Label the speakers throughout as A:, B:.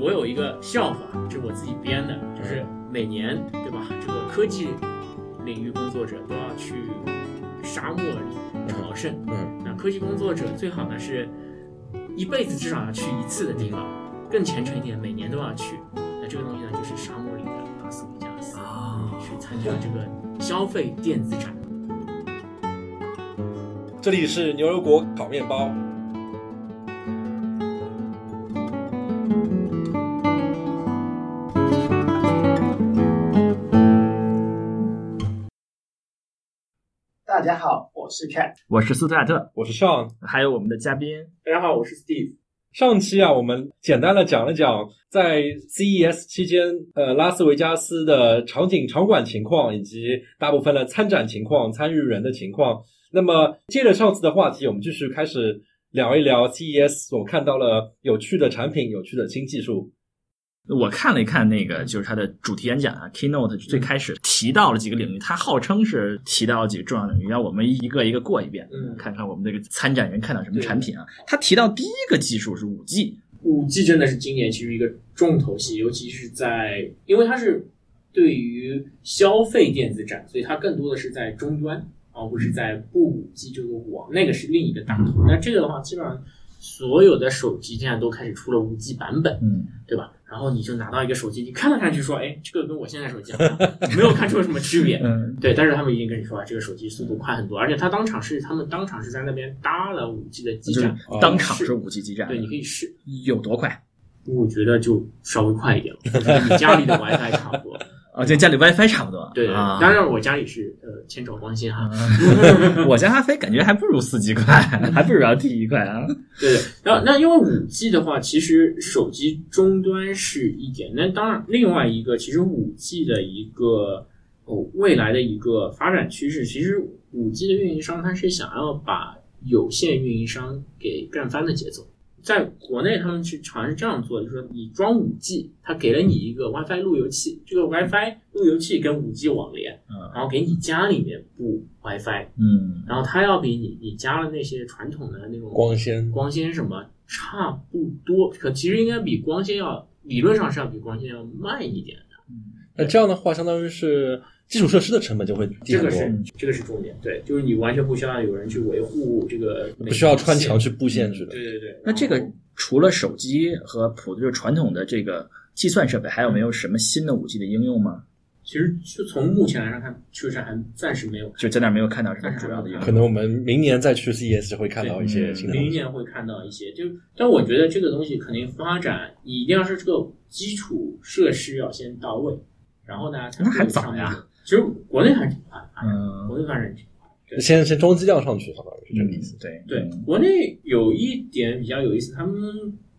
A: 我有一个笑话，这是我自己编的，就是每年对吧？这个科技领域工作者都要去沙漠里朝圣。
B: 嗯，
A: 那科技工作者最好呢是，一辈子至少要去一次的地方，更虔诚一点，每年都要去。那这个东西呢，就是沙漠里的拉斯维加斯，
C: 啊，
A: 去参加这个消费电子展。
B: 这里是牛油果烤面包。
D: 大家好，我是 Cat。
C: 我是斯图亚特，
B: 我是上
C: 还有我们的嘉宾，
A: 大家好，我是 Steve。
B: 上期啊，我们简单的讲了讲在 CES 期间，呃，拉斯维加斯的场景场馆情况，以及大部分的参展情况、参与人的情况。那么，接着上次的话题，我们继续开始聊一聊 CES 所看到了有趣的产品、有趣的新技术。
C: 我看了一看那
A: 嗯
C: 个，就是他的主题演讲啊，keynote 最开始提到了几个领域，他号称是提到几个重要领域，让我们一个一个过一遍，
A: 嗯，
C: 看看我们这个参展人看到什么产品啊。他提到第一个技术是五 G，
A: 五 G 真的是今年其实一个重头戏，尤其是在，因为它是对于消费电子展，所以它更多的是在终端，而不是在不五 G 这个网，那个是另一个大
C: 嗯
A: 头。那这个的话，基本上所有的手机现在都开始出了五 G 版本，
C: 嗯，
A: 对吧？然后你就拿到一个手机，你看了看去说，哎，这个跟我现在手机好像没有看出有什么区 别，
C: 嗯，
A: 对，但是他们一定跟你说啊，这个手机速度快很多，而且他当场是他们当场是在那边搭了五 G 的基
C: 就是
A: 站，
C: 当场是五 G 基站，
A: 哦对，你可以试。
C: 有多快
A: 我觉得就稍微快一点了，我觉得你家里的 WiFi 差不多。
C: 啊？这家里 WiFi 差不多，
A: 对，
C: 啊，
A: 当然我家里是呃千兆光纤哈。
C: 我家阿飞感觉还不如四 G 快，还不如 LTE 快 啊。
A: 对对，然后那因为五 G 的话，其实手机终端是一点，那当然另外一个其实五 G 的一个哦未来的一个发展趋势，其实五 G 的运营商他是想要把有线运营商给干翻的节奏。在国内，他们是好像是这样做的，就是说你装五 G，它给了你一个 WiFi 路由器，这个 WiFi 路由器跟五 G 网联，然后给你家里面布 WiFi，
C: 嗯，
A: 然后它要比你你家的那些传统的那种
B: 光纤，
A: 光纤什么差不多，可其实应该比光纤要理论上是要比光纤要慢一点的，
B: 那这样的话，相当于是基础设施的成本就会低
A: 这
B: 很
A: 个
B: 多，
A: 是这个是重点，对，就是你完全不需要有人去维护这个，
B: 不需要穿墙，去布线去的。
A: 对对对。
C: 那这个除了手机和普就是传统的这个计算设备，还有
A: 嗯
C: 没有什么新的五 G 的应用吗？
A: 其实就从目前来上看，确实还暂时没有。
C: 就在那儿没有看到什么主要的应用。
B: 可能我们明年再去 CES 就会看到一些
C: 对
B: 新的东
A: 明
B: 西。
A: 年会看到一些，就但我觉得这个东西肯定发展，你一定要是这个基础设施要先到位，然后呢，才
C: 那还
A: 会有
C: 早
A: 上
C: 呀
A: 面的。其实国内还是挺快，
C: 嗯，
A: 国内发展挺快。对
B: 先先装机量上去，相当于是这个意思。
C: 对
A: 对
C: 嗯，
A: 国内有一点比较有意思，他们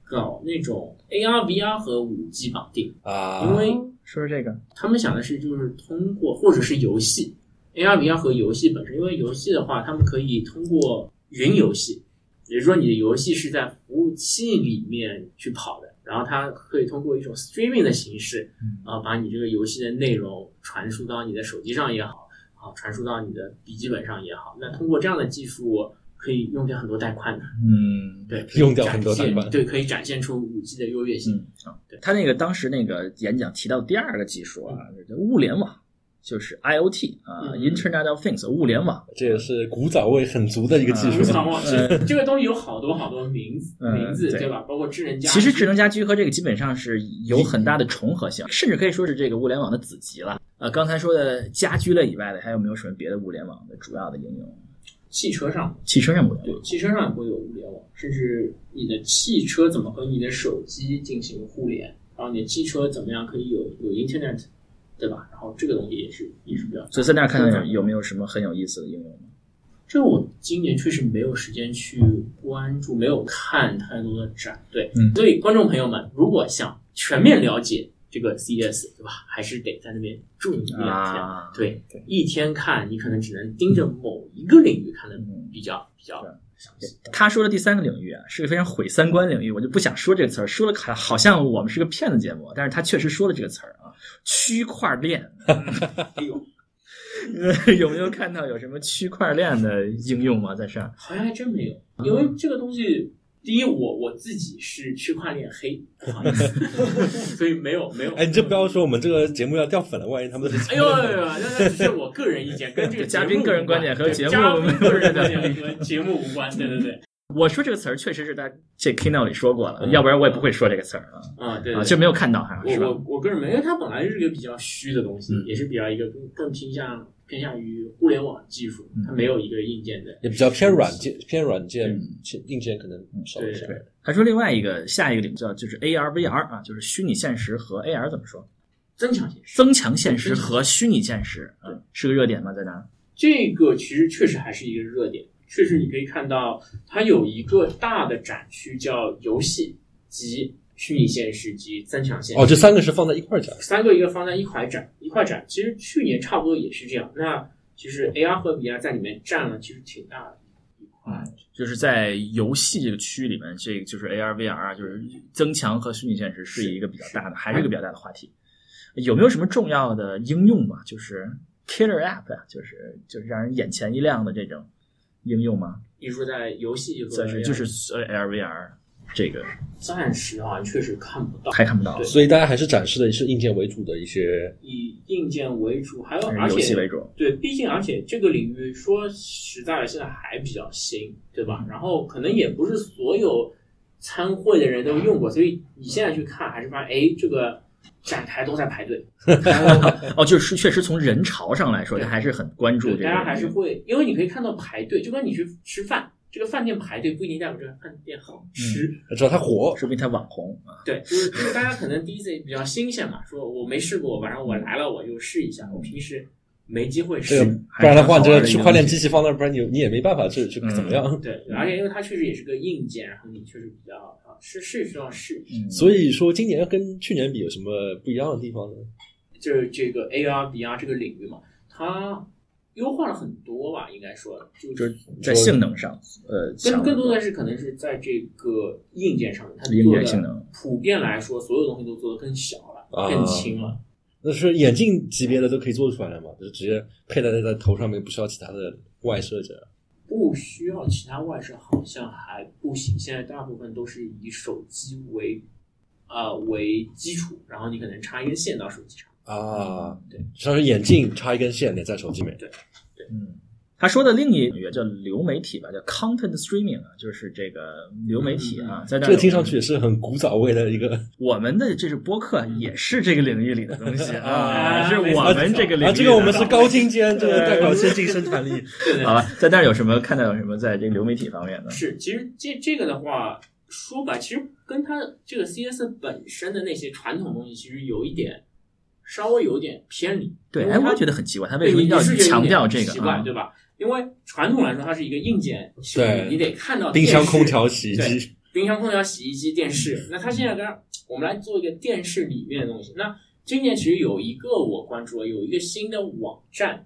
A: 搞那种 AR、VR 和五 G 绑定，
B: 啊，
A: 因为
C: 说说这个，
A: 他们想的是就是通过或者是游戏 AR、VR 和游戏本身，因为游戏的话，他们可以通过云游戏，也就是说你的游戏是在服务器里面去跑的，然后它可以通过一种 streaming 的形式
C: 嗯，
A: 啊，把你这个游戏的内容传输到你的手机上也好，啊，传输到你的笔记本上也好，那通过这样的技术可以用掉很多带宽的。
C: 嗯，
A: 对，
B: 用掉很多
A: 展现
B: 短板
A: 对，可以展现出五 G 的优越性。
C: 嗯，啊他那个当时那个演讲提到第二个技术啊，就是物联网，就是 IOT 啊
A: 嗯
C: ，Internet of Things，物联网。
B: 这也是古早味很足的一个嗯技
A: 无
B: 术。啊
A: 偿忘记嗯 这个东西有好多好多名字，
C: 嗯
A: 名字
C: 对
A: 对吧？包括智能家居，
C: 其实智能家居和这个基本上是有很大的重合性，甚至可以说是这个物联网的子集了。呃，刚才说的家居类以外的，还有没有什么别的物联网的主要的应用？
A: 汽车上，
C: 汽车上物联
A: 对
C: 网，
A: 汽车上也会有物联网，甚至你的汽车怎么和你的手机进行互联，然后你的汽车怎么样可以有有 Internet，对吧？然后这个东西也是也是比较。
C: 所以在那儿看看有有没有什么很有意思的应用吗？
A: 这我今年确实没有时间去关注，没有看太多的展，对，
C: 嗯
A: 所以观众朋友们，如果想全面了解这个 CES，对吧？还是得在那边住一两天，
C: 啊
A: 对，
C: 对
A: 一天看你可能只能盯着某一个领域看的
C: 嗯
A: 比较比较
C: 对
A: 详细。
C: 他说的第三个领域啊，是个非常毁三观领域，我就不想说这个词儿，说了好好像我们是个骗子节目，但是他确实说了这个词儿啊，区块链。
A: 哎呦，
C: 有没有看到有什么区块链的应用吗？在这儿？嗯
A: 好像还真没有，因为这个东西第一，我我自己是区块链黑，不好意 思，所以没有没有。
B: 哎，你这不要说我们这个节目要掉粉了，万一他们都是
A: 哎呦哎呦，哎呦那那只是我个人意见，跟这个
C: 嘉
A: 节目
C: 宾个人
A: 无
C: 观
A: 关
C: 点和
A: 对
C: 节目
A: 嘉
C: 没
A: 宾
C: 有
A: 个人观
C: 任何
A: 点和节目无关，对对 对，
C: 我说这个词儿确实是在这 keynote 里说过了，
B: 嗯
C: 要不然我也不会说这个词儿啊
A: 啊对
C: 啊，
A: 对
C: 就没有看到哈，
A: 我
C: 是吧？
A: 我我个人没，因为它本来就是一个比较虚的东西，
B: 嗯
A: 也是比较一个更更偏向偏向于互联网技术，它
C: 嗯
A: 没有一个硬件的，
B: 也比较偏软件，偏软件
C: 嗯，
B: 其硬件可能少一些。
A: 对
C: 他说另外一个下一个领域叫就是 AR VR 啊，就是虚拟现实和 AR 怎么说？
A: 增强现实。
C: 增强现实和虚拟现实，嗯，是个热点吗？在哪？
A: 这个其实确实还是一个热点，确实你可以看到它有一个大的展区叫游戏及虚拟现实及增强现实。
B: 哦，这三个是放在一块儿讲，
A: 三个一个放在一块展，一块展。其实去年差不多也是这样。那其实 AR 和 VR 在里面占了其实挺大的一
C: 嗯
A: 块。
C: 就是在游戏这个区域里面，这个就是 AR VR 啊，就是增强和虚拟现实是嗯一个比较大的，还是一个比较大的话题。有没有什么重要的应用吗？就是 killer app 啊，就是就是让人眼前一亮的这种应用吗？
A: 你说在游戏和
C: 算是
A: AR
C: 就是呃 AR VR 这个
A: 暂时啊，确实看不到。
C: 还看不到
A: 对，
B: 所以大家还是展示的是硬件为主的 一些。
A: 以硬件为主，还有
C: 还
A: 而
C: 是游戏
A: 且
C: 为主。
A: 对，毕竟而且这个领域说实在的，现在还比较新，对吧？
C: 嗯
A: 然后可能也不是所有参会的人都用过，所以你现在去看，还是发现哎，这个展台都在排队，然后
C: 哦，就是确实从人潮上来说，
A: 对
C: 他还是很关注
A: 对
C: 这个。
A: 大家还是会，因为你可以看到排队，就跟你去吃饭，这个饭店排队不一定代表这个饭店好吃，
B: 只要它火，
C: 说明他网红啊，
A: 对，就是就是大家可能第一次也比较新鲜嘛，说我没试过，晚上我来了我就试一下，我平时没机会
B: 这个
A: 试。
B: 不然的话，你这个区块链
C: 机。
B: 机器放那儿，不然你你也没办法去去
C: 嗯
B: 怎么样。
A: 对，而且因为它确实也是个硬件，然后你确实比较啊，是是需要试一下。
C: 嗯
B: 所以说，今年跟去年比有什么不一样的地方呢？
A: 就是这个 AR、VR 啊这个领域嘛，它优化了很多吧，应该说就
C: 就是
A: 是
C: 嗯在性能上，呃，
A: 更
C: 强
A: 更多的是可能是在这个硬件上面，它
C: 硬件
A: 做
C: 性
A: 得
C: 能。
A: 普遍来说，所有东西都做得更小了，
B: 啊
A: 更轻了。
B: 那是眼镜级别的都可以做出来了嘛？就是直接佩戴在在头上面，不需要其他的外设置。
A: 不需要其他外设，好像还不行。现在大部分都是以手机为呃为基础，然后你可能插一根线到手机上。
B: 啊，
A: 对，
B: 像是眼镜插一根线连在手机里面，
C: 嗯，他说的另一个叫流媒体吧，叫 content streaming 啊，就是这个流媒体啊，在那
B: 这个听上去也是很古早味的一个，
C: 我们的这是播客，也是这个领域里的东西
B: 啊
C: 是
A: 没错
C: 我们这个领域的。
B: 啊，这个我们是高精尖，这个代表先进生产力，
A: 对对
C: 好吧，在那儿有什么看到有什么在这个流媒体方面的？
A: 是，其实这这个的话，说白，其实跟它这个 CS 本身的那些传统东西，其实有一点稍微有点偏离。
C: 对，
A: 因
C: 哎，
A: 为它
C: 我觉得很奇怪，他为
A: 对
C: 什么
A: 你
C: 要
A: 你是觉得有
C: 强
A: 点
C: 调这个？
A: 奇怪，
C: 啊
A: 对吧？因为传统来说，它是一个硬件，
B: 对
A: 你得看到
B: 冰箱、
A: 电视
B: 空、调、洗衣机，
A: 冰箱、空调、洗衣机、电视。那它现在跟我们来做一个电视里面的东西。那今年其实有一个我关注了，有一个新的网站，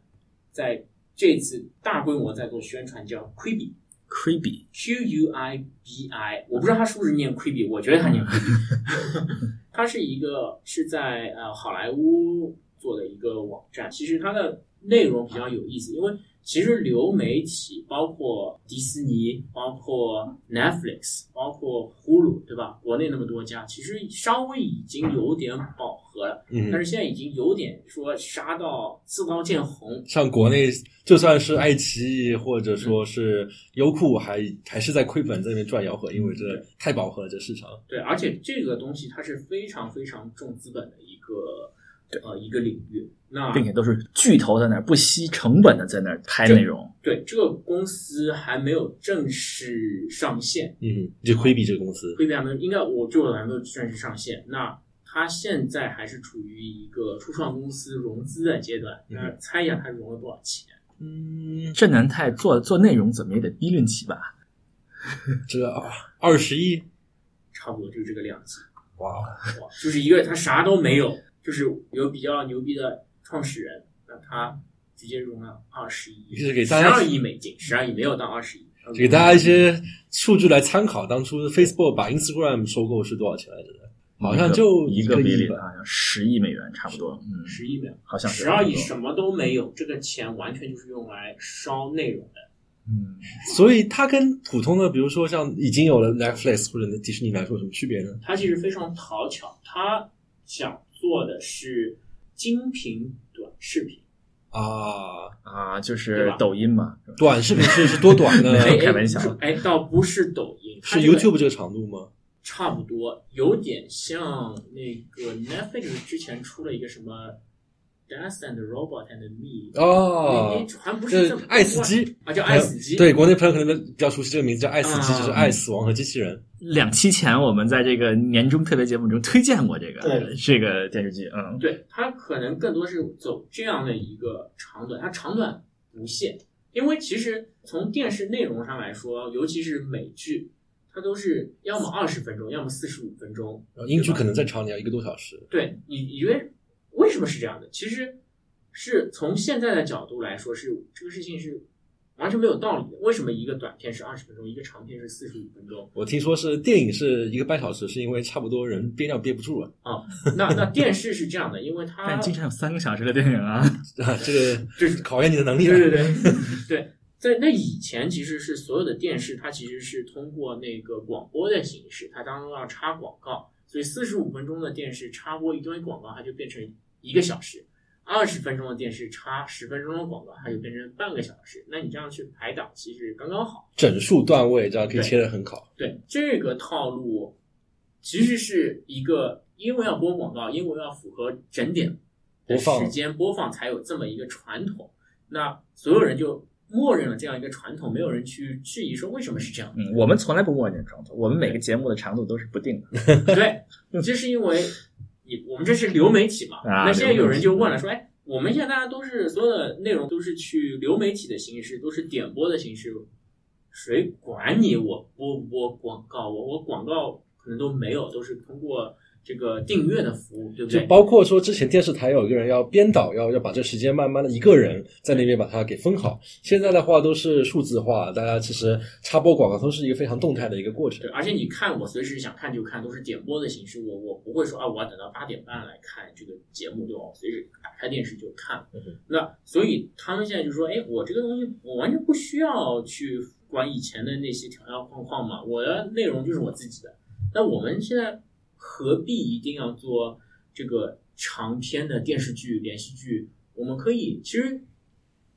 A: 在这次大规模在做宣传，叫 Quibi。
C: ，creepy，
A: Q U I B I，我不知道它是不是念 Quibi，我觉得它念 Quibi。它是一个是在呃好莱坞做的一个网站，其实它的内容比较有意思，因为其实流媒体包括迪士尼、包括 Netflix、包括 Hulu，对吧？国内那么多家，其实稍微已经有点饱和了，但
B: 嗯，
A: 是现在已经有点说杀到刺刀见红，
B: 像国内就算是爱奇艺或者说是优酷，还还是在亏本这边赚吆喝，因为这太饱和了这市场。
A: 对，而且这个东西它是非常非常重资本的一个呃一个领域。那
C: 并且都是巨头在那儿不惜成本的在那儿拍内容。
A: 对这个公司还没有正式上线，
B: 嗯，就亏比这个公司，
A: 辉比还没有应该我就还没有正式上线。那它现在还是处于一个初创公司融资的阶段，
B: 嗯
A: 那猜一下它融了多少钱？
B: 嗯，
C: 郑南泰做做内容怎么也得逼论起吧？
B: 这个啊，二十亿，
A: 差不多就是这个量级，
B: 哇，
A: 哇，就是一个他啥都没有，就是有比较牛逼的创始人，那他直接融了二十亿，
B: 就是给
A: 十
B: 大家
A: 二亿美金，十二亿没有到二十亿，
B: 给大家一些数据来参考。当初 Facebook 把 Instagram 收购是多少钱来着？好像就
C: 一个比
B: 亿
C: 例
B: 吧。
C: 好像十亿美元差不多，嗯，
A: 十亿没有。
C: 好像是
A: 十二亿什么都没有，这个钱完全就是用来烧内容的。
C: 嗯，
B: 所以它跟普通的，比如说像已经有了 Netflix 或者迪士尼来说有什么区别呢？
A: 它其实非常讨巧，它想做的是精品短视频。
B: 啊，
C: 啊，就
A: 对
C: 是
A: 吧
C: 抖音嘛，是吧
B: 短视频是是多短呢？
C: 没
A: 哎
C: 开玩笑
A: 不是哎，倒不是抖音，它
B: 是
A: 这个
B: YouTube 这个长度吗？
A: 差不多，有点像那个 Netflix 之前出了一个什么《Death and Robot and Me》
B: 哦
A: 哎，，还不
B: 这
A: 是这么
B: 爱死机
A: 啊，叫爱死机，
B: 对，国内朋友可能比较熟悉这个名字叫爱死机，
A: 啊
B: 就是爱死亡和机器人。
C: 两期前我们在这个年终特别节目中推荐过这个
D: 对
C: 这个电视剧，嗯，
A: 对，它可能更多是走这样的一个长短，它长短不限，因为其实从电视内容上来说，尤其是美剧，它都是要么二十分钟，要么四十五分钟，
B: 然后英剧
A: 对吧
B: 可能再长点，一个多小时。
A: 对你，你觉得为什么是这样的？其实是从现在的角度来说是，这个事情是完全没有道理的。为什么一个短片是二十分钟，一个长片是四十五分钟？
B: 我听说是电影是一个半小时，是因为差不多人憋尿憋不住了。啊
A: 那那电视是这样的，因为它
C: 但经常有三个小时的电影啊，。
B: 啊，这个
A: 这
B: 是考验你的能力。啊
A: 对对 对嗯对，在那以前其实是所有的电视，它其实是通过那个广播的形式，它当中要插广告，所以四十五分钟的电视插播一段广告，它就变成一个小时；二十分钟的电视插十分钟的广告，它就变成半个小时。那你这样去排档，其实刚刚好。
B: 整数段位这样可以
A: 对
B: 切得很好。
A: 对这个套路，其实是一个因为要播广告，因为要符合整点的
B: 播放
A: 时间播放才有这么一个传统。那所有人就默认了这样一个传统，没有人去质疑说为什么是这样
C: 嗯，我们从来不默认床头，我们每个节目的长度都是不定的，
A: 对，这是因为你我们这是流媒体嘛。
C: 啊
A: 那现在有人就问了说，哎，我们现在大家都是所有的内容都是去流媒体的形式，都是点播的形式，谁管你我播不播广告？我我广告可能都没有，都是通过这个订阅的服务，对不
B: 就
A: 对？
B: 包括说，之前电视台有一个人要编导，要要把这时间慢慢的一个人在那边把它给分好。现在的话都是数字化，大家其实插播广告都是一个非常动态的一个过程
A: 对，。而且你看，我随时想看就看，都是点播的形式。我我不会说啊，我要等到八点半来看这个节目，对吧？我随时打开电视就看
B: 嗯哼。
A: 那所以他们现在就说，哎，我这个东西我完全不需要去管以前的那些条条框框嘛，我的内容就是我自己的。那我们现在何必一定要做这个长篇的电视剧、连续剧？我们可以其实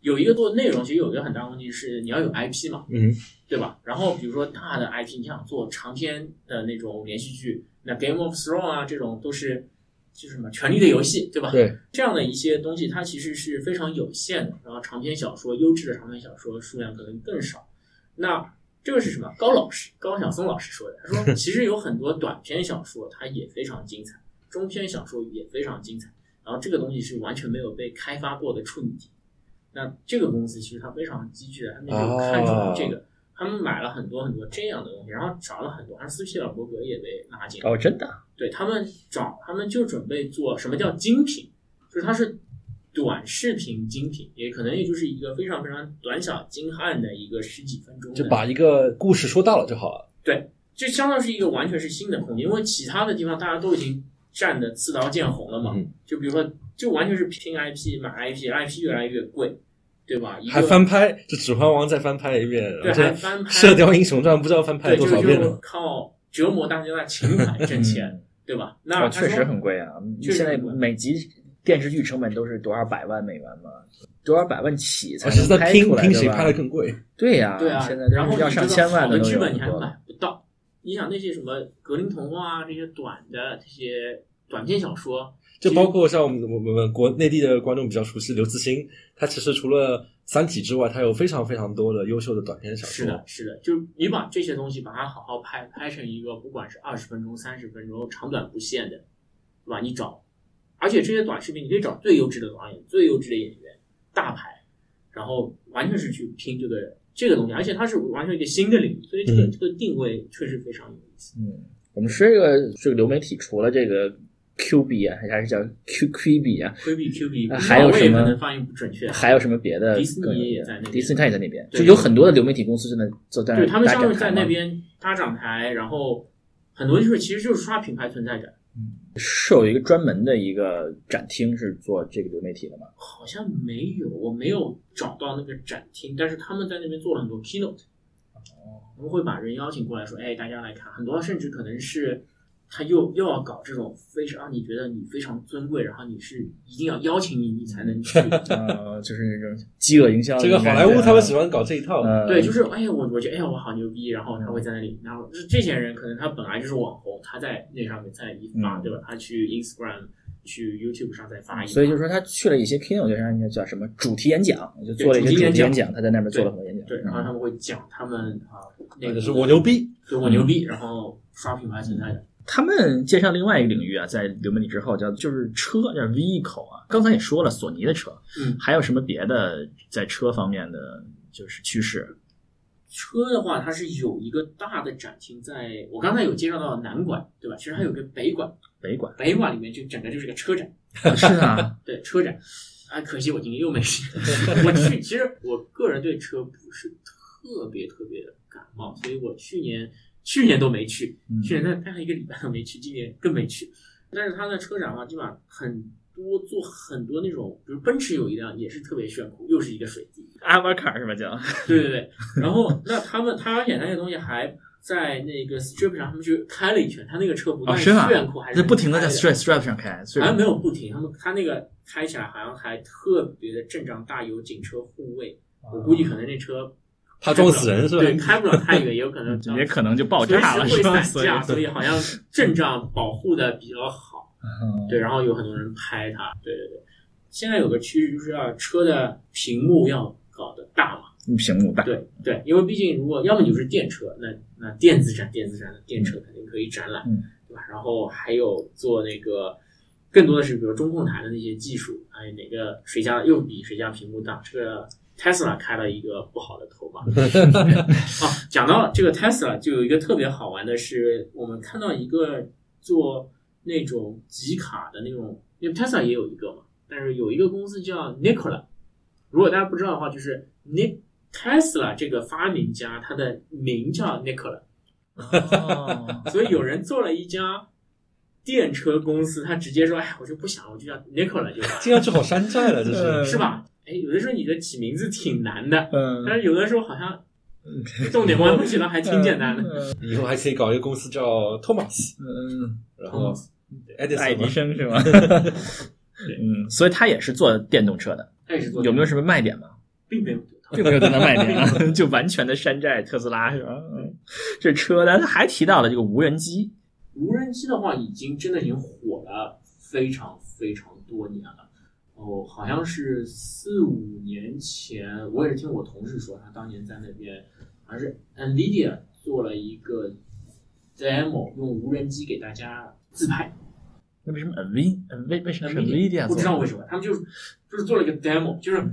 A: 有一个做内容，其实有一个很大的问题是你要有 IP 嘛。
B: 嗯，
A: 对吧？然后比如说大的 IP，你想做长篇的那种连续剧，那 Game of Thrones 啊这种都是就是什么《权力的游戏》，对吧？
B: 对，
A: 这样的一些东西它其实是非常有限的。然后长篇小说，优质的长篇小说数量可能更少。那这个是什么？高老师高晓松老师说的，他说其实有很多短篇小说它也非常精彩，中篇小说也非常精彩。然后这个东西是完全没有被开发过的处女地。那这个公司其实它非常机智的，他们就看准了这个，他们买了很多很多这样的东西，然后找了很多，而斯皮尔伯格也被拉进来。
C: 哦，真的啊，
A: 对他们找他们就准备做什么叫精品，就是它是短视频精品，也可能也就是一个非常非常短小精悍的一个十几分钟的，
B: 就把一个故事说到了就好了。
A: 这相当于是一个完全是新的空间，因为其他的地方大家都已经站的刺刀见红了嘛，
B: 嗯
A: 就比如说就完全是拼 IP 买 IP，IP 越来越贵，对吧？一个
B: 还翻拍，这《指环王》再翻拍一遍，
A: 对
B: 而且
A: 还翻拍
B: 《射雕英雄传》不知道翻拍了
A: 对，
B: 多
A: 就
B: 少遍
A: 就
B: 了。嗯
A: 靠折磨大家的情感挣钱，对吧？那
C: 哦，
A: 他
C: 确实
A: 说
C: 很贵啊，
A: 确实
C: 现在
A: 很贵
C: 每集电视剧成本都是多少百万美元嘛，多少百万起才
B: 而且哦是
C: 能
B: 在
C: 拍
B: 拼
C: 出来，
B: 拼谁拍的
C: 的
B: 更贵。
C: 对呀，
A: 对啊，
C: 现在
A: 然
C: 都
A: 后
C: 是要
A: 你这
C: 上
A: 个
C: 千万
A: 好的
C: 都
A: 剧
C: 有
A: 本你
C: 很
A: 还
C: 多。
A: 买不到。你想那些什么格林童话啊，这些短的这些短篇小说，
B: 就包括像我们我们我们国内地的观众比较熟悉刘慈欣，他其实除了《三体》之外，他有非常非常多的优秀的短篇小
A: 是
B: 说
A: 的，。是的，就是你把这些东西把它好好拍拍成一个，不管是二十分钟、三十分钟，长短不限的，对吧？你找，而且这些短视频你可以找最优质的导演、最优质的演员、大牌，然后完全是去拼这个这个东西，而且它是完全一个新的领域，所以这个、
B: 嗯
A: 这个定位确实非常有意思。
C: 嗯，我们说这个这个流媒体除了这个 Q 币啊，还是叫 QQ 币啊，
A: 规避 Q 币
C: 那，还有
A: 我也
C: 什么
A: 可能发音不准确，
C: 还有什么别的更有
A: 迪
C: 意
A: 士
C: 思？
A: 尼也在那边
C: 迪士尼它也在那边，
A: 对
C: 就有很多的流媒体公司正在做在
A: 对他们
C: 搭
A: 相当
C: 展
A: 于在
C: 台
A: 那
C: 嘛
A: 边搭展台，然后很多就是其实就是刷品牌存在感。
C: 是有一个专门的一个展厅是做这个流媒体 的吗？
A: 好像没有，我没有找到那个展厅，但是他们在那边做了很多 keynote。我们会把人邀请过来说，哎，大家来看，很多甚至可能是他又又要搞这种非常让你觉得你非常尊贵，然后你是一定要邀请你，你才能去。
C: 呃，就是那种饥饿营销的
B: 这
C: 感
B: 个
C: 觉啊。
B: 好莱坞他们喜欢搞这一套，
C: 呃，
A: 对，就是哎呀，我我觉得哎呀，我好牛逼，然后他会在那里，然后这这些人可能他本来就是网红，他在那上面再一发，
C: 嗯
A: 对吧？他去 Instagram、去 YouTube 上再发一发，
C: 所以就是说，他去了一些 keynote，就是那叫什么主题演讲，就做了一些
A: 主题
C: 主
A: 演
C: 题
A: 讲
C: 演讲，他在那边做了很多演讲。嗯
A: 对，然后他们会讲他们啊，那
B: 那
A: 个
B: 个是我牛逼，
A: 对我牛逼，然后刷品牌存在感。
C: 他们介绍另外一个领域啊，在流媒体之后叫就是车，叫 vehicle 啊。刚才也说了，索尼的车，
A: 嗯
C: 还有什么别的在车方面的就是趋势？
A: 车的话，它是有一个大的展厅在，我刚才有介绍到南馆，对吧？其实还有个北馆，
C: 北管
A: 北馆里面就整个 就是个车展，
C: 是啊，
A: 对车展。啊，可惜我今天又没去。我去，其实我个人对车不是特别特别的感冒，所以我去年去年都没去，
C: 嗯
A: 去年待待了一个礼拜都没去，今年更没去。但是它的车展的话，基本上很多做很多那种，比如奔驰有一辆也是特别炫酷，又是一个水滴，
C: 阿瓦卡是吧？叫
A: 对对 对，然后那他们他演那些东西还在那个 strip 上，他们去开了一圈，他那个车不
C: 哦，
A: 断
C: 是吧
A: 炫酷，还？是
C: 那不停的在
A: 开
C: strip strip 上开，虽
A: 好像
C: 然
A: 没有不停，他们他那个开起来好像还特别的阵仗大，有警车护卫，我估计可能那车
B: 怕撞死人是吧
A: 对，开不了太远，也有可能
C: 嗯也可能就爆炸了，
A: 随
C: 是
A: 时
C: 吧？
A: 会
C: 所
A: 散
C: 以
A: 架，所以好像阵仗保护的比较好。
C: 嗯
A: 对，然后有很多人拍它，对对对。现在有个趋势就是要车的屏幕要搞得大嘛，
C: 屏幕大，
A: 对对，因为毕竟如果要么你就是电车，那那电子展、电子展的电车肯定可以展览，
C: 嗯
A: 对吧？然后还有做那个，更多的是比如中控台的那些技术，哎，哪个谁家又比谁家屏幕大？这个 Tesla 开了一个不好的头吧？啊，讲到这个 Tesla，就有一个特别好玩的是，我们看到一个做那种集卡的那种，因为 Tesla 也有一个嘛，但是有一个公司叫 Nikola，如果大家不知道的话，就是 Ni Tesla 这个发明家，他的名叫 Nikola，
C: 哦，
A: 所以有人做了一家电车公司，他直接说，哎，我就不想，我就叫 Nikola 就
B: 听上去好山寨了，这 是。
C: 嗯
A: 是，是吧？哎，有的时候你的起名字挺难的，
C: 嗯
A: 但是有的时候好像重点关注起来还挺简单的。
B: 以后还可以搞一个公司叫托马斯，
C: 嗯，
B: 然后 Edison
C: 爱迪
B: 嘛
C: 生是吧？ 嗯，所以他也是做电动车的，
A: 他也是做
C: 有没有什么卖点吗？
A: 并没有得 到
C: 并没有在那卖点啊， 就完全的山寨特斯拉是吧？嗯这车呢，他还提到了这个无人机，
A: 无人机的话，已经真的已经火了非常非常多年了。哦，好像是四五年前，我也是听我同事说，他当年在那边，好像是 NVIDIA 做了一个 demo，用无人机给大家自拍。
C: 那为什么 NV NV 为什么是
A: NVIDIA
C: NVIDIA 嗯
A: 不知道为
C: 什
A: 什么，他们就是就是做了一个 demo，就是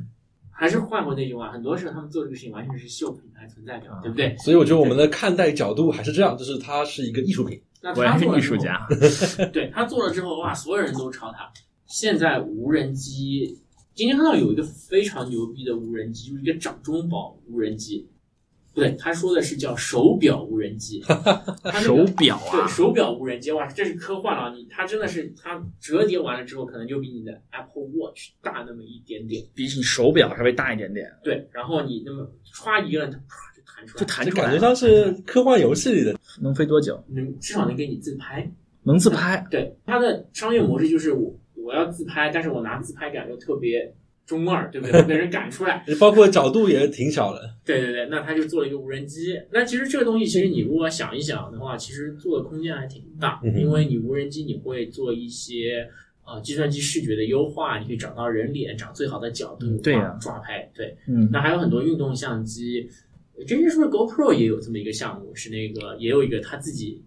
A: 还是换过那句话，很多时候他们做这个事情完全是秀品牌存在感，
C: 啊
A: 对不对？
B: 所以我觉得我们的看待角度还是这样，就是它是一个艺术品。
A: 那
C: 果
A: 他
C: 然是
A: 做了
C: 艺
A: 之
C: 术
A: 后
C: 家，
A: 对他做了之后，哇，所有人都抄他。现在无人机，今天看到有一个非常牛逼的无人机，就是一个掌中宝无人机。不对，他说的是叫手表无人 机，他那
C: 手
A: 个
C: 表
A: 对
C: 啊，
A: 手表无人机，哇，这是科幻了、啊！你它真的是它折叠完了之后，可能就比你的 Apple Watch 大那么一点点。
C: 比你手表稍微大一点点，
A: 对，然后你那么歘一摁，它啪就弹出
C: 就
A: 来，
C: 弹
B: 这
C: 出来
B: 感觉像是科幻游戏里的，
C: 能飞多久？
A: 能至少能给你自拍。
C: 能自拍，
A: 对，它的商业模式就是我我要自拍，但是我拿自拍杆又特别中二，对不对？会被人赶出来。
B: 包括角度也挺小的。
A: 对对对，那他就做了一个无人机。那其实这个东西，其实你如果想一想的话，其实做的空间还挺大，
B: 嗯哼
A: 因为你无人机你会做一些呃计算机视觉的优化，你可以找到人脸，找最好的角度，
C: 嗯对呀
A: 抓抓拍。对，
C: 嗯，
A: 那还有很多运动相机，呃真是是不是 GoPro 也有这么一个项目？是那个也有一个他自己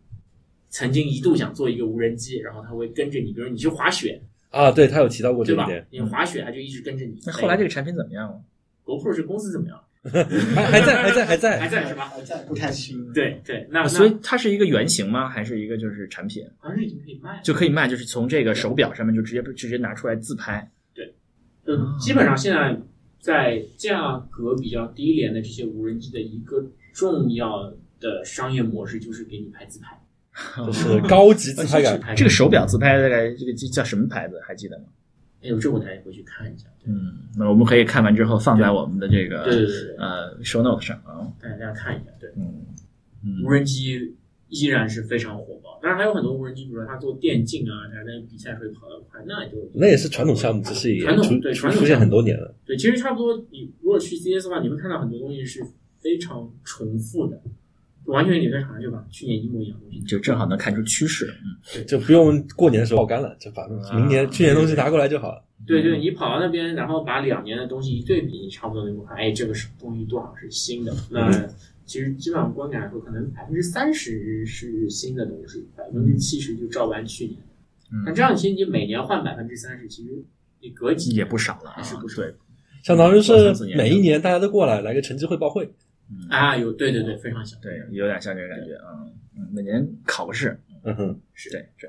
A: 曾经一度想做一个无人机，然后他会跟着你，比如你去滑雪，
B: 啊，对他有提到过这
A: 对
B: 一
A: 吧
B: 点，？
A: 你滑雪它就一直跟着你。哎
C: 那后来这个产品怎么样了？
A: GoPro 是公司怎么样？
B: 还 还在还在还
A: 还
B: 在，啊
A: 在是吧？
D: 还在不太清。
A: 对对，那那
C: 啊所以它是一个原型吗？还是一个就是产品
A: 好像是已经可以卖了。
C: 就可以卖？就是从这个手表上面就直接直接拿出来自拍，
A: 嗯，基本上现在在价格比较低廉的这些无人机的一个重要的商业模式就是给你拍自拍。
B: 就是高级自拍感。
A: 感
C: 这个手表自拍大概这个叫什么牌子？还记得吗？
A: 哎呦，这我得回去看一下。对
C: 嗯，那我们可以看完之后放在我们的这
B: 啊
C: 个
A: 对对对对，
C: 呃 show note 上啊。
A: 带大家看一下。对，
C: 嗯
A: 无人机依然是非常火爆，当然还有很多无人机，比如说它做电竞啊，它那比赛会跑得快，那也就
B: 那也是传统项目，只是也
A: 传统
B: 出
A: 对
B: 出
A: 传统
B: 出现
A: 项目
B: 很多年了。
A: 对，其实差不多。你如果去 CS 的话，你会看到很多东西是非常重复的，完全你在场上就把去年一模一样的东西。
C: 就正好能看出趋势。嗯，
B: 就不用过年的时候爆肝了，就把明年、
C: 啊
B: 去年东西拿过来就好了。
A: 对
C: 嗯
A: 对，你跑到那边，然后把两年的东西一对比，你差不多能够看，哎，这个是东西多少是新的。那
C: 嗯
A: 其实基本上观感来说，可能百分之三十是新的东西，百分之七十就照搬去年。
C: 嗯
A: 那这样其实你每年换百分之三十，其实你隔几
C: 也
A: 年
C: 不少了啊
A: 还是不，少
C: 对，
B: 相当于
C: 过
B: 是
C: 三四年
B: 每一年大家都过来来个成绩汇报会，
C: 嗯
A: 啊，有对对对，非常像。
C: 对，有点像这个感觉啊。嗯嗯，每年考个试，
B: 嗯哼，
C: 对是。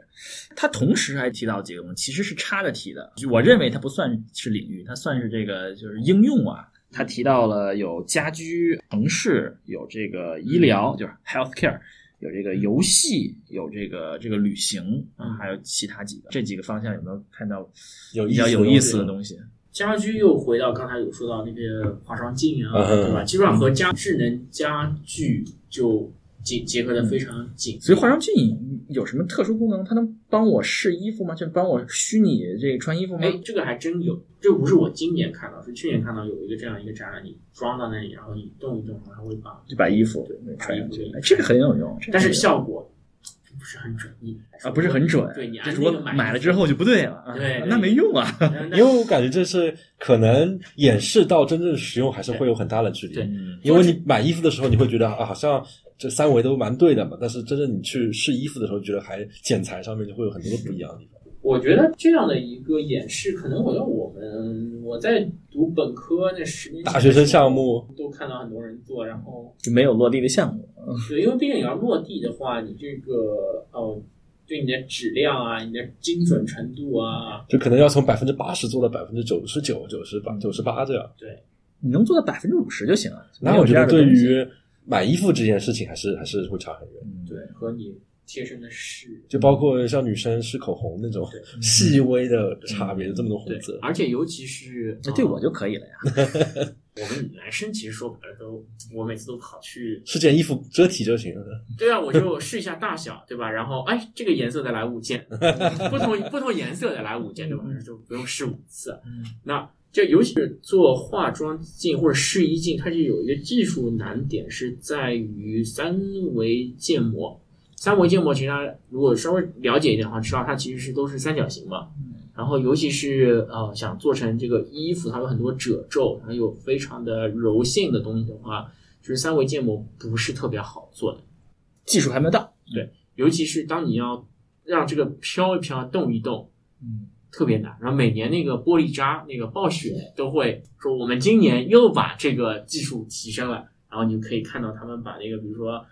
C: 他同时还提到几个东西，其实是插着提的。就我认为它不算是领域，它算是这个就是应用啊。他提到了有家居、城市，有这个医疗，就是 healthcare，有这个游戏，有这个这个旅行啊，还有其他几个这几个方向有没有看到
B: 有
C: 比较有意
B: 意
C: 思
B: 思
C: 的
B: 东西。
C: 东西？
A: 家居又回到刚才有说到那个华双镜啊，
B: 嗯
A: 对吧？基本上和家智能家具就结结合的非常紧。
C: 所以化妆镜有什么特殊功能？它能帮我试衣服吗？就帮我虚拟这个穿衣服吗？
A: 哎，这个还真有，这不是我今年看到，是去年看到有一个这样一个展览，你装到那里，然后你动一动，然后会把，
C: 就把衣服
A: 对
C: 穿上
A: 把衣
C: 去
A: 服，对
C: 哎这个很有用。这个
A: 但
C: 很
A: 是
C: 有用
A: 效果不是很准，你
C: 啊不是很准，
A: 对你按
C: 这
A: 那
C: 如果
A: 个买
C: 买了之后就不对了，啊
A: 对对
C: 那没用啊。
A: 准，
B: 因 为我感觉这是可能演示到真正使用还是会有很大的距离。
A: 对
C: 嗯
B: 因为你买衣服的时候，你会觉得啊，好像这三维都蛮对的嘛，但是真正你去试衣服的时候，觉得还剪裁上面就会有很多的不一样的地方。
A: 我觉得这样的一个演示，可能我要我们我在读本科那十年前
B: 大学生项目
A: 都看到很多人做，然后。
C: 就没有落地的项目。
A: 对，因为毕竟你要落地的话，你这个呃，对你的质量啊、你的精准
C: 嗯
A: 程度啊，
B: 就可能要从百分之八十做到百分之九十九、九十八、九十八这样。
A: 对，
C: 你能做到百分之五十就行了。
B: 那
C: 没有
B: 我觉
C: 这
B: 得
C: 样的
B: 对
C: 东西
B: 于买衣服这件事情，还是还是会差很远。
C: 嗯
A: 对，和你贴身的试。
B: 就包括像女生试口红那种细微的差别，这么多
A: 对
B: 红色，，
A: 而且尤其是
C: 哎
A: 呃
C: 那对我就可以了呀。
A: 我们男生其实说白了都，我每次都跑去，
B: 是件衣服遮体就行了。
A: 对啊，我就试一下大小，对吧？然后哎，这个颜色再来五 件，不同不同颜色再来五件，对吧？就不用试五次。
C: 嗯
A: 那就尤其是做化妆镜或者试衣镜，它就有一个技术难点是在于三维建模。三维建模其实大家如果稍微了解一点的话，知道它其实是都是三角形嘛。然后尤其是呃想做成这个衣服，它有很多褶皱，它有非常的柔性的东西的话，就是三维建模不是特别好做的。
C: 技术还没到，
A: 尤其是当你要让这个飘一飘、动一动，
C: 嗯，
A: 特别难。然后每年那个玻璃渣、那个暴雪都会说，我们今年又把这个技术提升了。然后你就可以看到他们把那个，比如说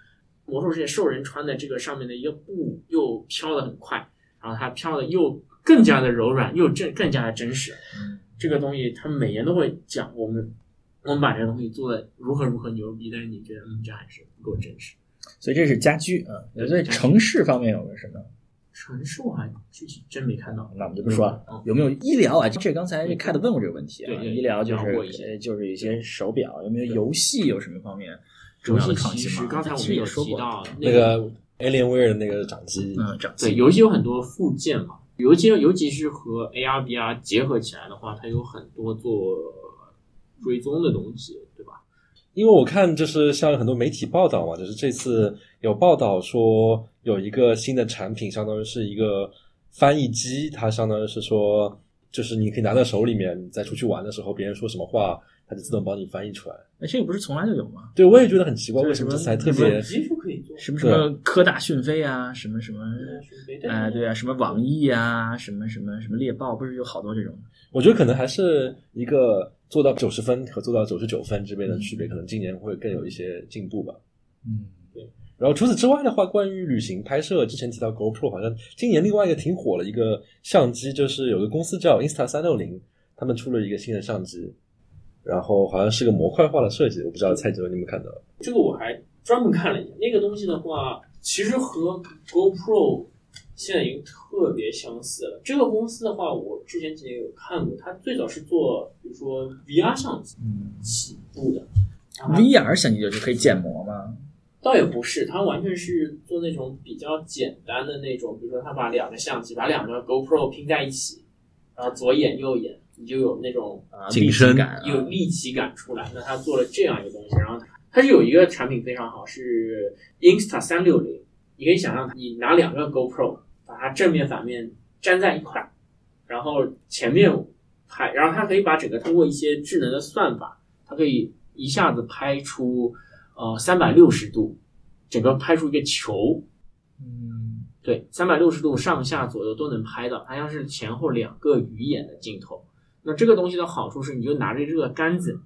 A: 魔兽世界兽人穿的这个上面的一个布又飘得很快，然后它飘的又更加的柔软，又正更加的真实。这个东西他们每年都会讲，我们我们把这个东西做的如何如何牛逼，但是你觉得嗯，这还是不够真实。
C: 所以这是家居啊。
A: 对
C: 在城市方面有没有什么？
A: 城市我还具体真没看到。
C: 那我们就不说了。
A: 嗯
C: 有没有医疗啊？这刚才凯特问过这个问题啊。
A: 对对
C: 医疗就
A: 聊过一
C: 是
A: 些
C: 呃就是一些手表，有没有游戏有什么方面重
A: 游
C: 要
A: 戏
C: 的创
A: 其
C: 新
A: 实
C: 吗？
A: 刚才我们
C: 其实
A: 有
C: 也说
A: 提
C: 过，
A: 到
B: 那个 Alienware 的那个掌机，
C: 嗯，掌
A: 对，
C: 机
A: 游戏有很多附件嘛，尤其尤其是和 AR VR 啊结合起来的话，它有很多做追踪的东西，对吧？
B: 因为我看就是像有很多媒体报道嘛，就是这次有报道说有一个新的产品，相当于是一个翻译机，它相当于是说，就是你可以拿在手里面，你再出去玩的时候，别人说什么话，它就自动帮你翻译出来。
C: 哎，这个不是从来就有吗？
B: 对，我也觉得很奇怪，
C: 这
B: 为
C: 是
B: 什么
C: 什
B: 这
C: 么
B: 次还特
C: 什么
B: 别
A: 技术可以做
C: 什么什么科大讯飞啊，什么什么，哎，对啊，什么网易啊，什么什么什么猎豹，不是有好多这种？
B: 我觉得可能还是一个做到九十分和做到九十九分之间的区别，可能今年会更有一些进步吧。
C: 嗯，
B: 然后除此之外的话，关于旅行拍摄，之前提到 GoPro，好像今年另外一个挺火的一个相机，就是有个公司叫 Insta 三六零，他们出了一个新的相机，然后好像是个模块化的设计，我不知道蔡哲你们看到了
A: 这个我还专门看了一下，那个东西的话，其实和 GoPro 现在已经特别相似了。这个公司的话，我之前也有看过，它最早是做比如说 VR 相机
C: 嗯
A: 起步的，然后它
C: ，VR 相机就是可以建模吗？
A: 倒也不是，它完全是做那种比较简单的那种，比如说它把两个相机，把两个 GoPro 拼在一起，然后左眼右眼，你就有那种
C: 啊，
B: 景
C: 立体
B: 深
C: 感啊
A: 有立体感出来。那他做了这样一个东西，然后它是有一个产品非常好，是 Insta 三六零。你可以想象，你拿两个 GoPro，把它正面反面粘在一块，然后前面拍，然后它可以把整个通过一些智能的算法，它可以一下子拍出呃三百六十度，整个拍出一个球，
C: 嗯，
A: 对，三百六十度上下左右都能拍到，它像是前后两个鱼眼的镜头。那这个东西的好处是，你就拿着这个杆子，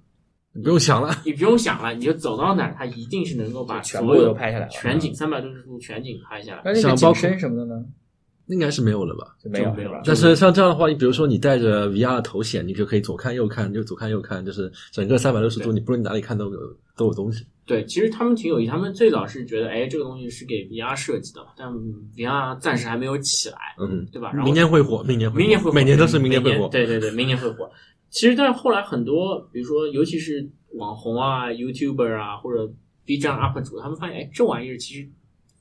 B: 你不用想了，
A: 你不用想了，你就走到哪儿，它一定是能够把
C: 全
A: 所
C: 部都
A: 有
C: 拍下来了，嗯
A: 全景三百六十度全景拍下来。
C: 那那
B: 像包
C: 个景
B: 括
C: 深什么的呢？
B: 应该是没有了吧？
C: 就没有
A: 就没有了
B: 但是像这样的话，你比如说你戴着 VR 的头显，你就可以左看右看，就左看右看，就是整个三百六十度，
A: 对
B: 你不论你哪里看都有都有东西。
A: 对，其实他们挺有意思，他们最早是觉得，哎，这个东西是给 VR 设计的嘛，但 VR 暂时还没有起来，
B: 嗯，
A: 对吧？然后
B: 明年会火，明年会火，
A: 明年会火，
B: 每年都是明年会火。
A: 对对对，明年会火。其实，但是后来很多，比如说，尤其是网红啊、YouTuber 啊，或者 B 站 UP 主，他们发现，哎，这玩意儿其实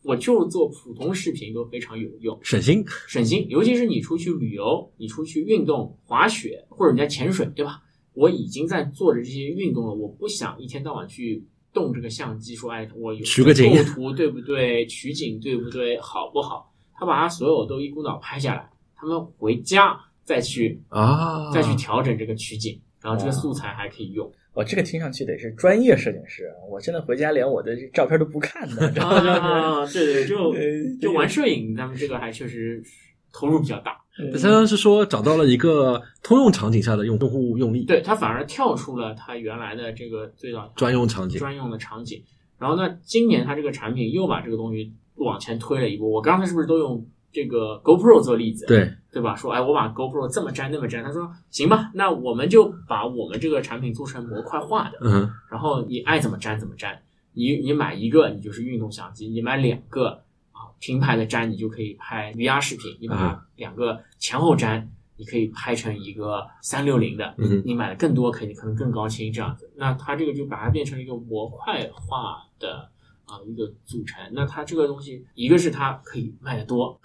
A: 我就做普通视频都非常有用，
B: 省心，
A: 省心。尤其是你出去旅游、你出去运动、滑雪，或者你在潜水，对吧？我已经在做着这些运动了，我不想一天到晚去动这个相机，说，哎，我有
B: 取个景
A: 构图对不对？取景对不对？好不好？他把他所有都一股脑拍下来，他们回家再去
B: 啊，
A: 再去调整这个取景，然后这个素材还可以用。
C: 我这个听上去得是专业摄影师啊，我现在回家连我的照片都不看的，然后就是
A: 啊，对对，就
C: 呃
A: 就玩摄影，咱们这个还确实投入比较大。
B: 相当于是说找到了一个通用场景下的用用户用力
A: 对，它反而跳出了它原来的这个最早
B: 专用场景。
A: 专用的场景。然后呢，今年它这个产品又把这个东西往前推了一步。我刚才是不是都用这个 GoPro 做例子？啊
B: 对，
A: 对吧？说哎，我把 GoPro 这么粘那么粘，他说行吧，那我们就把我们这个产品做成模块化的，
B: 嗯，
A: 然后你爱怎么粘怎么粘。你你买一个，你就是运动相机；你买两个啊，平排的粘，你就可以拍 VR 视频；你把两个前后粘，你可以拍成一个三六零的。
B: 嗯
A: 你买的更多，肯定可能更高清这样子。那它这个就把它变成一个模块化的啊、一个组成。那它这个东西，一个是它可以卖得多，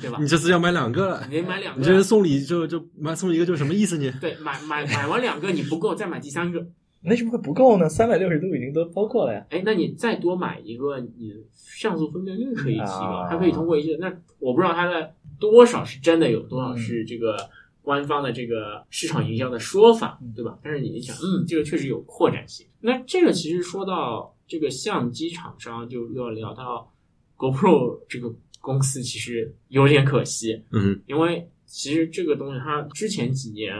A: 对吧
B: 你？这次要买两个了，
A: 你得买两个，啊
B: 你这是送礼就就买送一个就什么意思呢？
A: 对，买买买完两个你不够，再买第三个，
C: 为什么会不够呢？三百六十度已经都包括了呀。
A: 哎，那你再多买一个，你像素分辨率可以提高，
C: 啊
A: 它可以通过一些，那我不知道它的多少是真的有，多少是这个官方的这个市场营销的说法，对吧？但是你一想，嗯，这个确实有扩展性。那这个其实说到这个相机厂商，就要聊到 GoPro 这个公司，其实有点可惜。
B: 嗯，
A: 因为其实这个东西，它之前几年，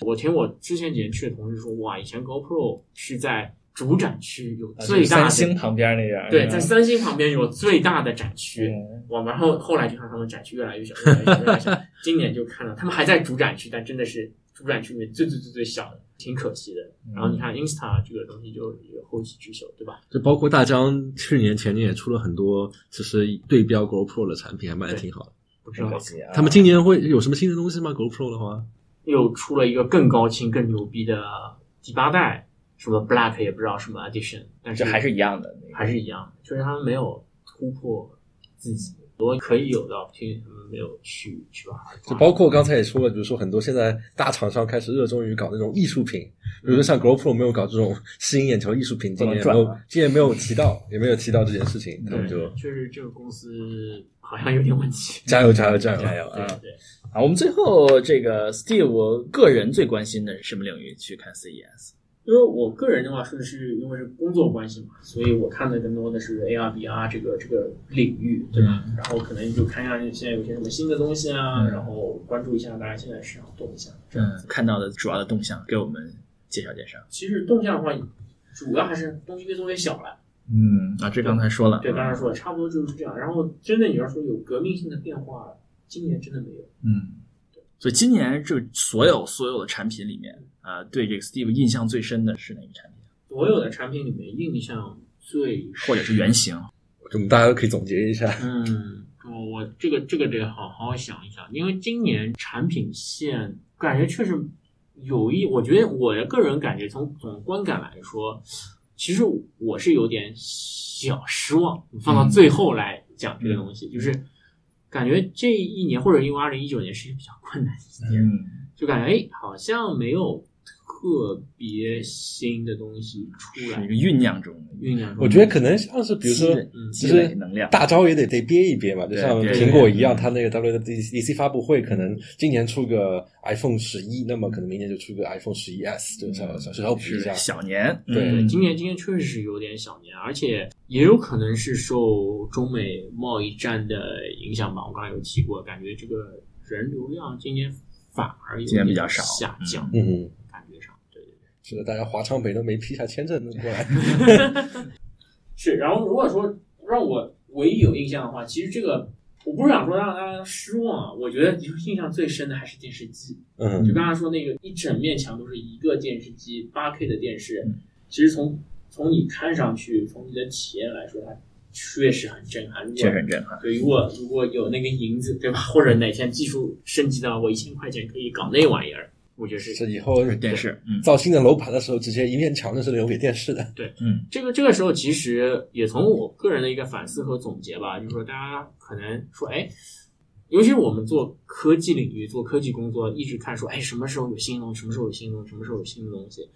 A: 我听我之前几年去的同事说，哇，以前 GoPro 是在主展区有
C: 啊
A: 最大的，
C: 三星旁边那边，
A: 对，
C: 嗯
A: 在三星旁边有最大的展区。
C: 嗯
A: 我然后后来就看他们展区越来越小，越来越小，越来越小。今年就看到他们还在主展区，但真的是主展区里面最最最最小的，挺可惜的。然后你
C: 嗯
A: 看 Insta 这个东西就有后起之秀，对吧？
B: 就包括大疆去年前年也出了很多，其实对标 GoPro 的产品，还卖的挺好的。
A: 不知
C: 真
A: 道
C: 可惜啊。
B: 他们今年会有什么新的东西吗？GoPro 的话，
A: 又出了一个更高清、更牛逼的第八代，什么 Black 也不知道什么 Edition，但是
C: 这还是一样的，那个
A: 还是一样，就是他们没有突破自己，我可以有的 opportunity，他们没有去去玩。
B: 就包括刚才也说了，比如说很多现在大厂商开始热衷于搞那种艺术品，比如说像 GoPro 没有搞这种吸引眼球艺术品，
C: 不
B: 今
C: 能
B: 年也没有
C: 赚啊，
B: 今年没有提到，也没有提到这件事情，他们
A: 对，
B: 就
A: 就是这个公司好像有点问题。
B: 加油加油加油
C: 加油啊
A: 对！对，
C: 啊，我们最后这个 Steve 个人最关心的是什么领域去看 CES？
A: 因为我个人的话，说的是因为是工作关系嘛，所以我看的更多的是 AR、VR 这个这个领域，对
B: 嗯
A: 吧？然后可能就看一下现在有些什么新的东西啊，
C: 嗯
A: 然后关注一下大家现在市场动向。
C: 嗯，看到的主要的动向给我们介绍介绍。
A: 其实动向的话，主要还是东西越做越小了。
C: 嗯，啊，这刚才说了，
A: 对，刚才说的差不多就是这样。然后真的你要说有革命性的变化，今年真的没有。
C: 嗯，所以今年这个所有所有的产品里面，啊、对这个 Steve 印象最深的是哪个产品，
A: 所有的产品里面，印象最
C: 或者是原型？
B: 我们大家都可以总结一下。
A: 嗯，我我这个这个得好好想一想，因为今年产品线感觉确实有一，我觉得我的个人感觉从总观感来说，其实我是有点小失望。放到最后来讲这个东西，就是感觉这一年或者因为二零一九年是一个比较困难的一年，
C: 嗯，
A: 就感觉哎好像没有特别新的东西出
C: 是
A: 来
C: 一个酝酿中的，
A: 酝酿中。
B: 我觉得可能像是比如说
C: 积累
A: 嗯
C: 积累能量，
B: 大招也得得憋一憋嘛，就
C: 对
B: 像
C: 对
B: 苹果
A: 对
B: 一样，它那个 WWDC 发布会可能今年出个 iPhone 十一，那么可能明年就出个 iPhone 十一 S，就像小小小补一
C: 是
B: 下。
C: 小年，
B: 对
A: 对，
C: 嗯
A: 今年今年确实是有点小年，而且也有可能是受中美贸易战的影响吧。我刚才有提过，感觉这个人流量今年反而有
C: 今年比
A: 点
C: 较少
A: 下降，
B: 嗯，
A: 感觉上对对对
B: 是的，大家华强北都没批下签证过 来。
A: 是。然后如果说让我唯一有印象的话，其实这个我不是想说让大家失望啊，我觉得印象最深的还是电视机。
B: 嗯
A: 就刚才说那个一整面墙都是一个电视机，八 K 的电视
C: 嗯，
A: 其实从从你看上去，从你的体验来说，它确实很震撼。如果
C: 确实很震撼，
A: 对，如果如果有那个银子，对吧？或者哪天技术升级到我一千块钱可以搞那玩意儿，我觉得是
B: 是以后
C: 电视，嗯，
B: 造新的楼盘的时候，直接一面墙就是留给电视的。
A: 这个这个时候，其实也从我个人的一个反思和总结吧，就是说大家可能说，哎，尤其是我们做科技领域、做科技工作，一直看说，哎，什么时候有新东西，什么时候有新东西，什么时候有新的东西。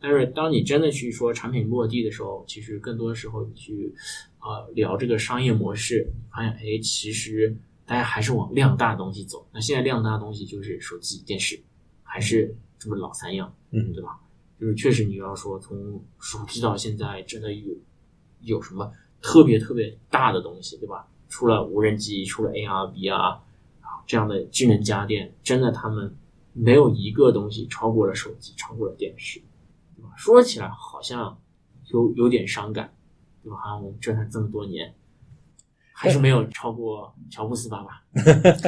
A: 但是当你真的去说产品落地的时候，其实更多时候你去啊、呃聊这个商业模式，发现哎，其实大家还是往量大的东西走。那现在量大的东西就是手机、电视，还是这么老三样。
B: 嗯
A: 对吧？就是确实你要说从手机到现在，真的有有什么特别特别大的东西，对吧？除了无人机，除了 AR、VR 啊这样的智能家电，真的他们没有一个东西超过了手机，超过了电视，对吧？说起来好像有有点伤感，对吧？好像我们折腾这么多年，还是没有超过乔布斯爸爸。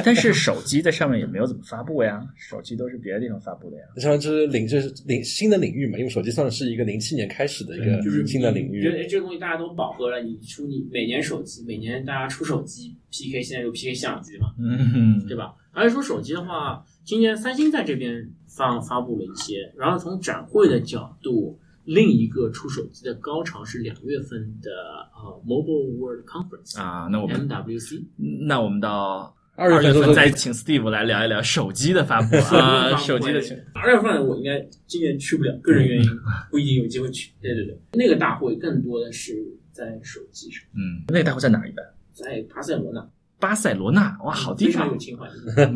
C: 但是手机在上面也没有怎么发布呀，手机都是别的地方发布的呀，
B: 像就是领就是领新的领域嘛，因为手机算是一个零七年开始的一个
C: 对
A: 就是
B: 新的
A: 你
B: 领
A: 你
B: 域。
A: 觉得哎，这个东西大家都饱和了，你出你每年手机，每年大家出手机 PK，现在就 PK 相机嘛，
C: 嗯，
A: 对吧？而且说手机的话，今年三星在这边发发布了一些，然后从展会的角度，另一个出手机的高潮是两月份的呃 Mobile World Conference
C: 啊，那我
A: 嗯
C: 们
A: MWC，
C: 那我们到
B: 二月份
C: 份
B: 都是
C: 再请 Steve 来聊一聊手机的 发布啊，手机的情
A: 二月份我应该今年去不了，个人原因不一定有机会去。对对对，那个大会更多的是在手机上，
C: 嗯，那个大会在哪儿一般？
A: 在巴塞罗那，
C: 巴塞罗那，哇，好地
A: 非常
C: 方
A: 有，情怀。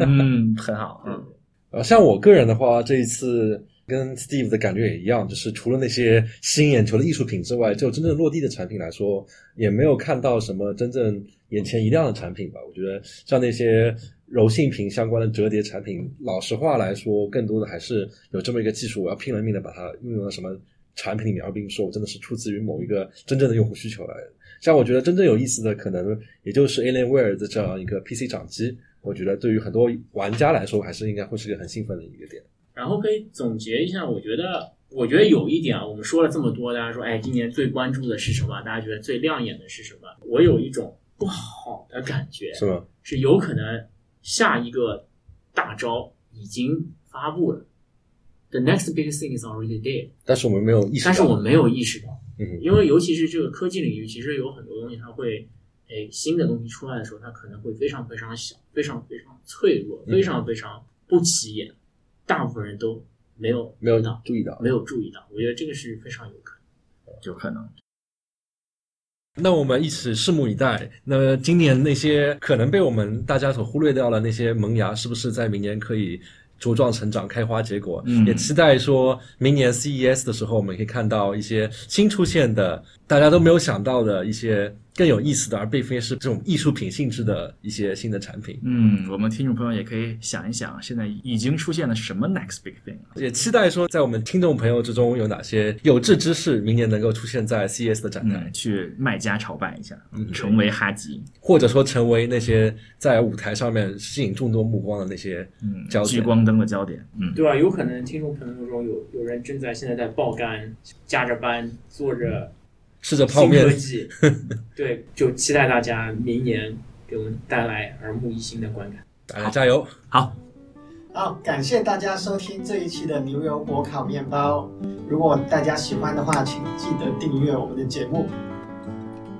C: 嗯，很好，嗯，
A: 嗯，
B: 呃，像我个人的话，这一次跟 Steve 的感觉也一样，就是除了那些吸引眼球的艺术品之外，就真正落地的产品来说，也没有看到什么真正眼前一亮的产品吧。我觉得像那些柔性屏相关的折叠产品，老实话来说，更多的还是有这么一个技术，我要拼了命的把它运用到什么产品里面，而并不是说我真的是出自于某一个真正的用户需求来的。像我觉得真正有意思的，可能也就是 Alienware 的这样一个 PC 掌机，我觉得对于很多玩家来说，还是应该会是个很兴奋的一个点。
A: 然后可以总结一下，我觉得，我觉得有一点啊，我们说了这么多，大家说，哎，今年最关注的是什么？大家觉得最亮眼的是什么？我有一种不好的感觉，
B: 是吗？
A: 是有可能下一个大招已经发布了，the next big thing is already there，
B: 但是我们没有意识到，
A: 但是我没有意识到。
B: 嗯，
A: 因为尤其是这个科技领域，其实有很多东西它会，诶，新的东西出来的时候，它可能会非常非常小，非常非常脆弱，
B: 嗯
A: 非常非常不起眼，大部分人都没有
B: 没有
A: 注意到，
B: 注意到。
A: 没有注意到。我觉得这个是非常有可能。
C: 有可能。
B: 那我们一起拭目以待。那今年那些可能被我们大家所忽略掉了那些萌芽，是不是在明年可以茁壮成长、开花结果？
C: 嗯
B: 也期待说明年 CES 的时候，我们可以看到一些新出现的、大家都没有想到的一些更有意思的，而并非是这种艺术品性质的一些新的产品。
C: 嗯，我们听众朋友也可以想一想，现在已经出现了什么 next big thing 了？
B: 也期待说，在我们听众朋友之中有哪些有志之士，明年能够出现在 CES 的展台，
C: 嗯，去卖家朝拜一下，
B: 嗯
C: 成为哈吉，
B: 或者说成为那些在舞台上面吸引众多目光的那些
C: 嗯，
B: 焦
C: 聚
B: 点。
C: 光灯的焦点，嗯，
A: 对啊吧？有可能听众朋友中有有人正在现在在爆肝，加着班，做着
B: 吃着泡
A: 新科
B: 面，
A: 技，对，就期待大家明年给我们带来耳目一新的观感。
B: 大家加油！
C: 好，
D: 好，感谢大家收听这一期的牛油果烤面包。如果大家喜欢的话，请记得订阅我们的节目。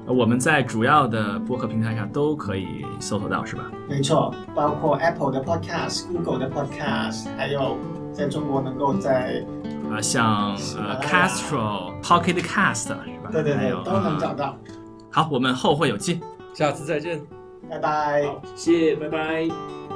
C: 我们在主要的播客平台上都可以搜索到，是吧？
D: 没错，包括 Apple 的 Podcast、Google 的 Podcast，还有在中国能够在
C: 啊，像
D: 喜马
C: 呃
D: 拉雅
C: Castro、Pocket Cast 是吧？
D: 对对
C: 还
D: 对
C: 有
D: 哎都能找。
C: 呃
D: 到。
C: 好，我们后会有期。
B: 下次再见。
D: 拜拜。
A: 好，谢谢，拜拜。